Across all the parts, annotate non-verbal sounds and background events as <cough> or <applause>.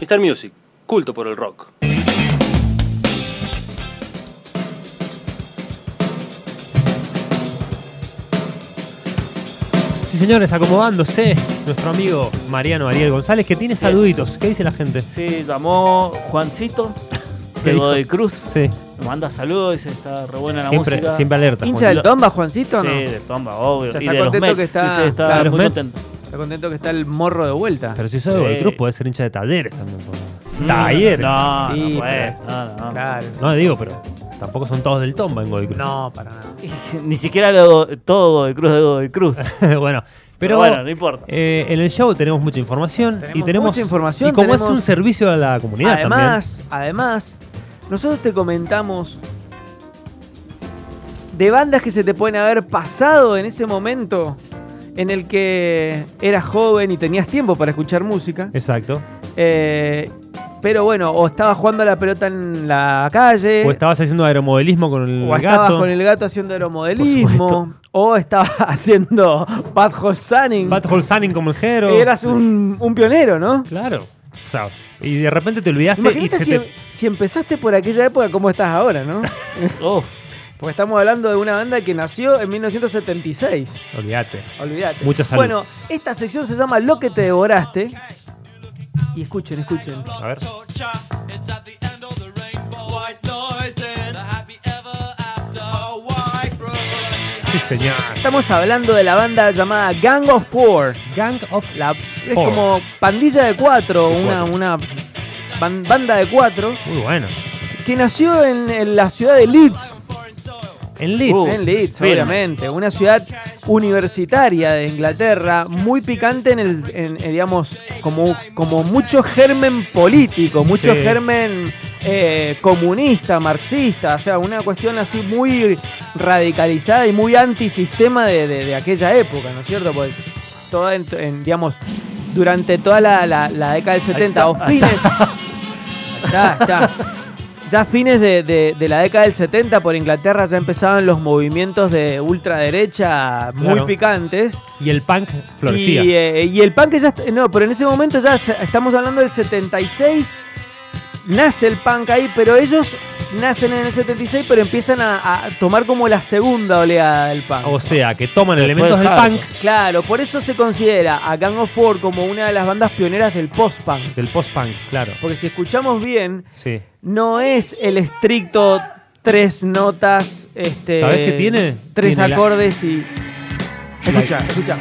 Mr. Music, culto por el rock. Sí, señores, acomodándose nuestro amigo Mariano Ariel González, que tiene saluditos. ¿Qué dice la gente? Sí, llamó Juancito ¿Qué de dijo? Godoy Cruz. Sí, Nos manda saludos, dice, está re buena la siempre, música. siempre alerta. ¿Hincha del Juanito. Tomba, Juancito? o Sí, No? de Tomba, obvio. O sea, y está de los Mets, contento que está- dice, está ¿De los muy Mets? contento. Está contento que está el morro de vuelta. Pero si sos de Godoy Sí. Cruz, podés ser hincha de talleres también. Mm, Talleres. No. Mm. No, Sí, no puede. pero- No, no. Claro. digo, pero tampoco son todos del tomba en Godoy Cruz. No, para nada. Ni siquiera lo- todo de Cruz de Godoy Cruz. <laughs> Pero, bueno, pero bueno, no importa. eh, en el show tenemos mucha información. y Tenemos tenemos mucha información, Y como es tenemos- un servicio a la comunidad Además, además, nosotros te comentamos de bandas que se te pueden haber pasado en ese momento en el que eras joven y tenías tiempo para escuchar música. también. Exacto. Eh, pero bueno, o estabas jugando a la pelota en la calle, o estabas haciendo aeromodelismo con el eh, o estabas gato. con el gato haciendo aeromodelismo, o estabas <laughs> haciendo Bad Hole Sunning. Bat Hall Sunning como el Jero. Eras un, un pionero, ¿no? Claro. O sea, y de repente te olvidaste Este, y Imagínate se si, te... si empezaste por aquella época, ¿cómo estás <laughs> ahora, no? Oh. Uf, Porque estamos hablando de una banda que nació en 1976. Olvídate. Olvídate. Mucha salud. Bueno, esta sección se llama Lo que te devoraste. Y escuchen, escuchen. A ver. It's at the end of the rainbow. White noise and the happy ever after. A white road. Sí, señor. Estamos hablando de la banda llamada Gang of Four. Gang of La, es Four. como pandilla de cuatro, De una, cuatro. una ban- banda de cuatro, Muy bueno. que nació en, en la ciudad de Leeds. En Leeds. Uh, en Leeds, firme. obviamente. Una ciudad universitaria de Inglaterra, muy picante en el, en- en, digamos, como, como mucho germen político, mucho Sí. germen eh, comunista, marxista, o sea, una cuestión así muy radicalizada y muy antisistema de, de, de aquella época, ¿no es cierto? Porque toda en- en, digamos, durante toda la, la- la década del 70 o fines. Ya, ya. Ya a fines de, de- de la década del 70 por Inglaterra ya empezaban los movimientos de ultraderecha muy Claro. picantes. Y el punk florecía. Y, eh, y el punk ya... est- No, pero en ese momento ya se- estamos hablando del 76. Nace el punk ahí, pero ellos nacen en el 76 pero empiezan a, a tomar como la segunda oleada del punk. O sea, que toman Después elementos del hardcore. punk, Claro, por eso se considera a Gang of Four como una de las bandas pioneras del post-punk. del post-punk, claro. Porque si escuchamos bien, Sí. no es el estricto tres notas, este, ¿Sabés qué tiene? Tres Tiene la- acordes y. Escucha, La- escucha.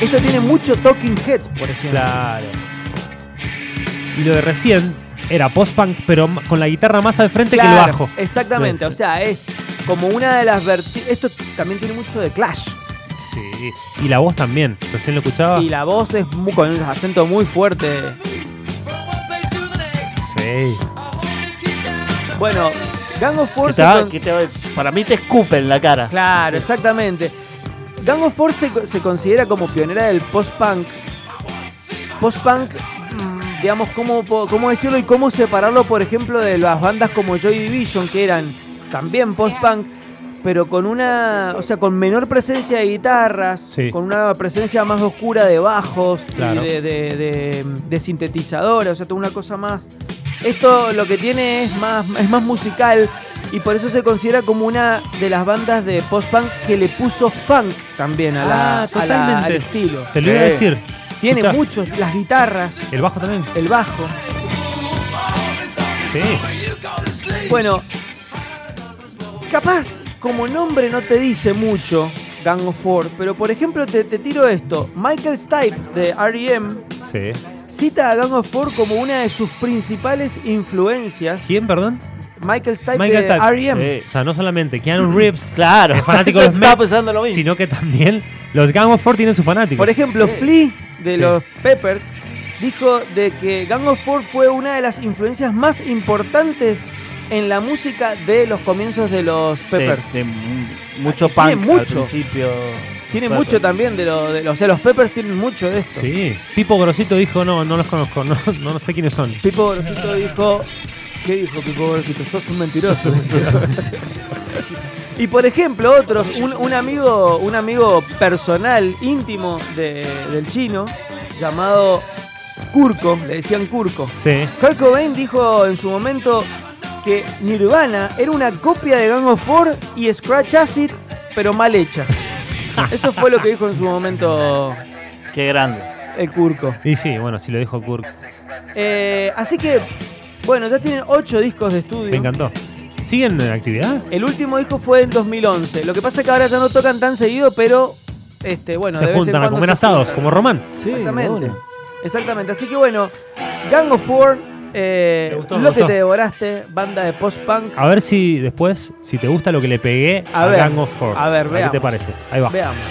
Esto tiene mucho Talking Heads, por ejemplo. Claro. Y lo de recién era post-punk, pero m- con la guitarra más al frente Este que el Claro, Eh. bajo. Exactamente, Sí, o sea, es como una de las verti- Esto también tiene mucho de Clash. Sí. Y la voz también. Recién lo escuchaba. Y la voz es mu- con un acento muy fuerte. From one place to the next. Sí. I hope they keep down the Bueno, Gang of Four que se te va- con- que te- para mí te escupe en la cara. Claro, exactamente. Gang of Four se, se considera como pionera del post-punk. Post-punk, mm, digamos, ¿cómo, po- cómo decirlo y cómo separarlo, por ejemplo, de las bandas como Joy Division, que eran también post-punk, pero con una, o sea, con menor presencia de guitarras, Sí. con una presencia más oscura de bajos y Claro. de, de- de- de sintetizadores, o sea, toda una cosa más. Esto lo que tiene es más, es más musical y por eso se considera como una de las bandas de post-punk que le puso funk también a la, Ah, a la- al totalmente. estilo. Te lo iba a Sí. decir. Tiene Escuchá, muchos, las guitarras, El bajo también. el bajo. Sí. Bueno, capaz como nombre no te dice mucho Gang of Four, pero por ejemplo te, te tiro esto. Michael Stipe de R.E.M. Sí. cita a Gang of Four como una de sus principales influencias. ¿Quién, perdón? Michael Stipe Michael de E Stipe. R.E.M. Sí. O sea, no solamente Keanu Reeves, Claro. es <laughs> fanático de los Estaba Mets, pensando lo mismo. sino que también los Gang of Four tienen sus fanáticos. Por ejemplo, Flea de Sí. los Peppers dijo de que Gang of Four fue una de las influencias más importantes en la música de los comienzos de los Sí, Peppers. sí, mm, mucho Tiene punk al mucho. principio. Tiene Peppers. mucho también de lo, de, o sea, los Peppers tienen mucho de esto. Sí. Pipo Grosito dijo, no, no los conozco, no, no, sé quiénes son. Pipo Gorosito dijo. ¿Qué dijo Pipo Gorosito? Sos <laughs> un mentiroso. y por ejemplo, otros, un, un amigo, un amigo personal, íntimo de- del chino, llamado Kurko, le decían Kurko. Sí. Kurt Cobain dijo en su momento que Nirvana era una copia de Gang of Four y Scratch Acid, pero <laughs> mal hecha. Eso fue lo que dijo en su momento Qué grande. el Curco. Y sí, bueno, sí lo dijo Kirk. Eh, así que, bueno, ya tienen ocho discos de estudio. Me encantó. ¿Siguen en actividad? El último disco fue en 2011. Lo que pasa es que ahora ya no tocan tan seguido, pero este, bueno, se de vez en juntan a cuando comer se asados, juntan. como Román. Sí, Exactamente. Exactamente. Así que bueno, Gang of Four, eh, Me gustó, me lo que gustó. te devoraste, banda de post-punk. A ver si después, si te gusta lo que le pegué A a, ver, Gang of Four. a ver, ¿Qué te veamos. parece? Ahí va. Veamos.